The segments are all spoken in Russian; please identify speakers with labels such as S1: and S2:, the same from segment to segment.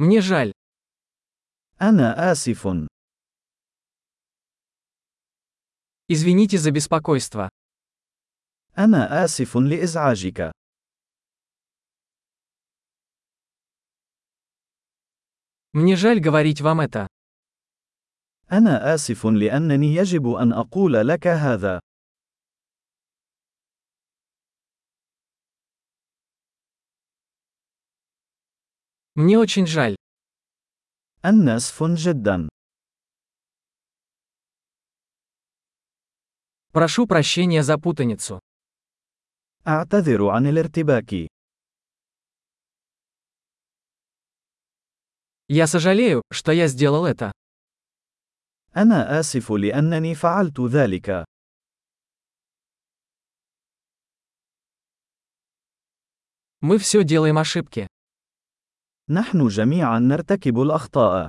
S1: Мне жаль.
S2: أنا آسف.
S1: Извините за беспокойство.
S2: أنا آسف لإزعاجك.
S1: Мне жаль говорить вам это.
S2: أنا آسف لأنني يجب أن أقول لك هذا.
S1: Мне очень жаль.
S2: أنا آسف جدا.
S1: Прошу прощения за путаницу.
S2: أعتذر عن الارتباك.
S1: Я сожалею, что я сделал это.
S2: أنا آسف لأنني فعلت ذلك.
S1: Мы все делаем ошибки.
S2: نحن جميعا نرتكب الأخطاء.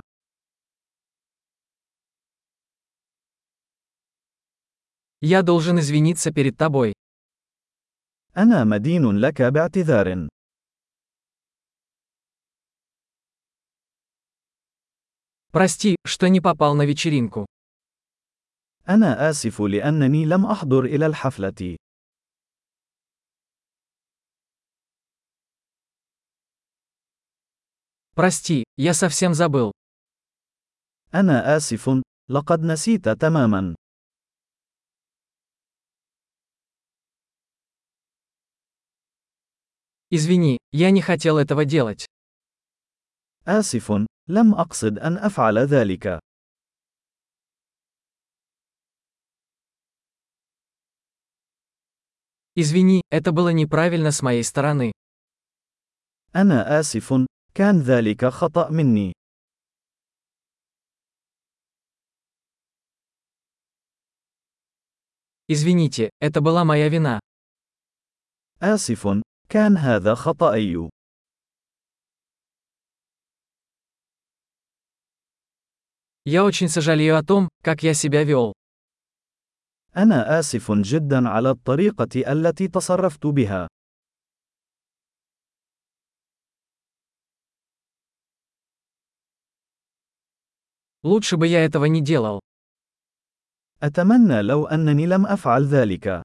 S1: Я должен извиниться перед тобой.
S2: أنا مدين لك باعتذار.
S1: Прости, что не попал на вечеринку.
S2: أنا آسف لأنني لم أحضر إلى الحفلة.
S1: Прости, я совсем забыл.
S2: أنا آسف. لقد نسيت تماما.
S1: Извини, я не хотел этого делать.
S2: آسف. لم أقصد أن أفعل ذلك.
S1: Извини, это было неправильно с моей стороны.
S2: أنا آسف. كان ذلك خطأ مني.
S1: Извините, это была моя вина.
S2: آسف. كان هذا خطأي.
S1: Я очень сожалею о том, как я себя вел.
S2: أنا آسف جدا على الطريقة التي تصرفت بها.
S1: Лучше бы я этого не делал.
S2: أتمنى لو أنني لم أفعل ذلك.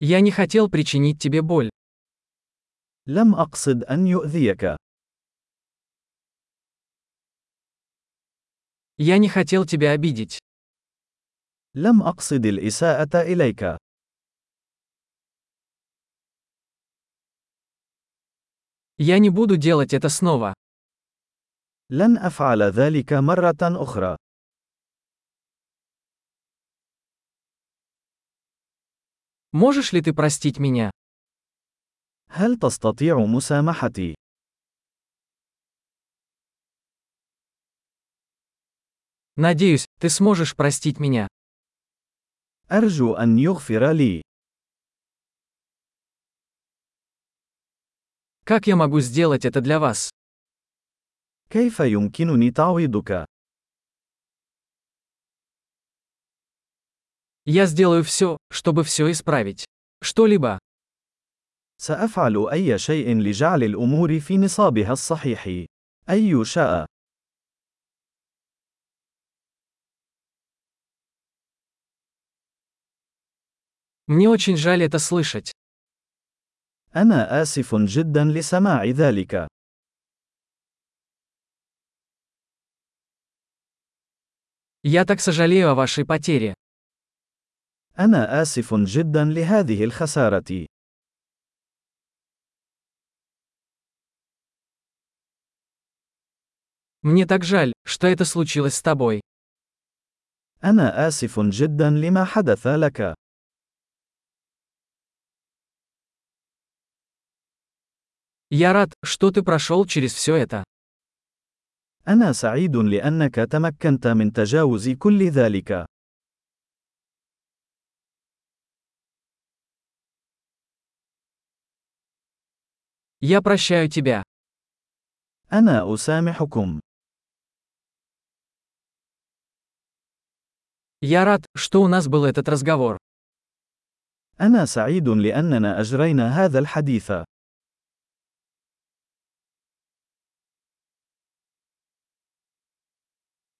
S1: Я не хотел причинить тебе боль.
S2: لم أقصد أن يؤذيك.
S1: Я не хотел тебя обидеть.
S2: لم أقصد الإساءة إليك.
S1: Я не буду делать это снова.
S2: لن أفعل ذلك مرة أخرى.
S1: Можешь ли ты простить меня?
S2: هل تستطيع مسامحتي؟
S1: Надеюсь, ты сможешь простить меня.
S2: أرجو أن يغفر لي.
S1: Как я могу сделать это для вас?
S2: كيف يمكنني تعويضك؟
S1: Я сделаю все, чтобы все исправить. Что-либо.
S2: سأفعل أي شيء لجعل الأمور في نصابها الصحيح. أي شاء.
S1: Мне очень жаль это слышать.
S2: أنا آسف جدا لسماع ذلك.
S1: Я так сожалею о вашей потере.
S2: أنا آسف جدا لهذه الخسارة.
S1: Мне так жаль, что это случилось с тобой.
S2: أنا آسف جدا لما حدث لك.
S1: Я рад, что ты прошел через все это.
S2: أنا سعيد لأنك تمكنت من تجاوز كل ذلك.
S1: Я прощаю тебя.
S2: أنا أسامحكم.
S1: Я рад, что у нас был этот разговор.
S2: أنا سعيد لأننا أجرينا هذا الحديث.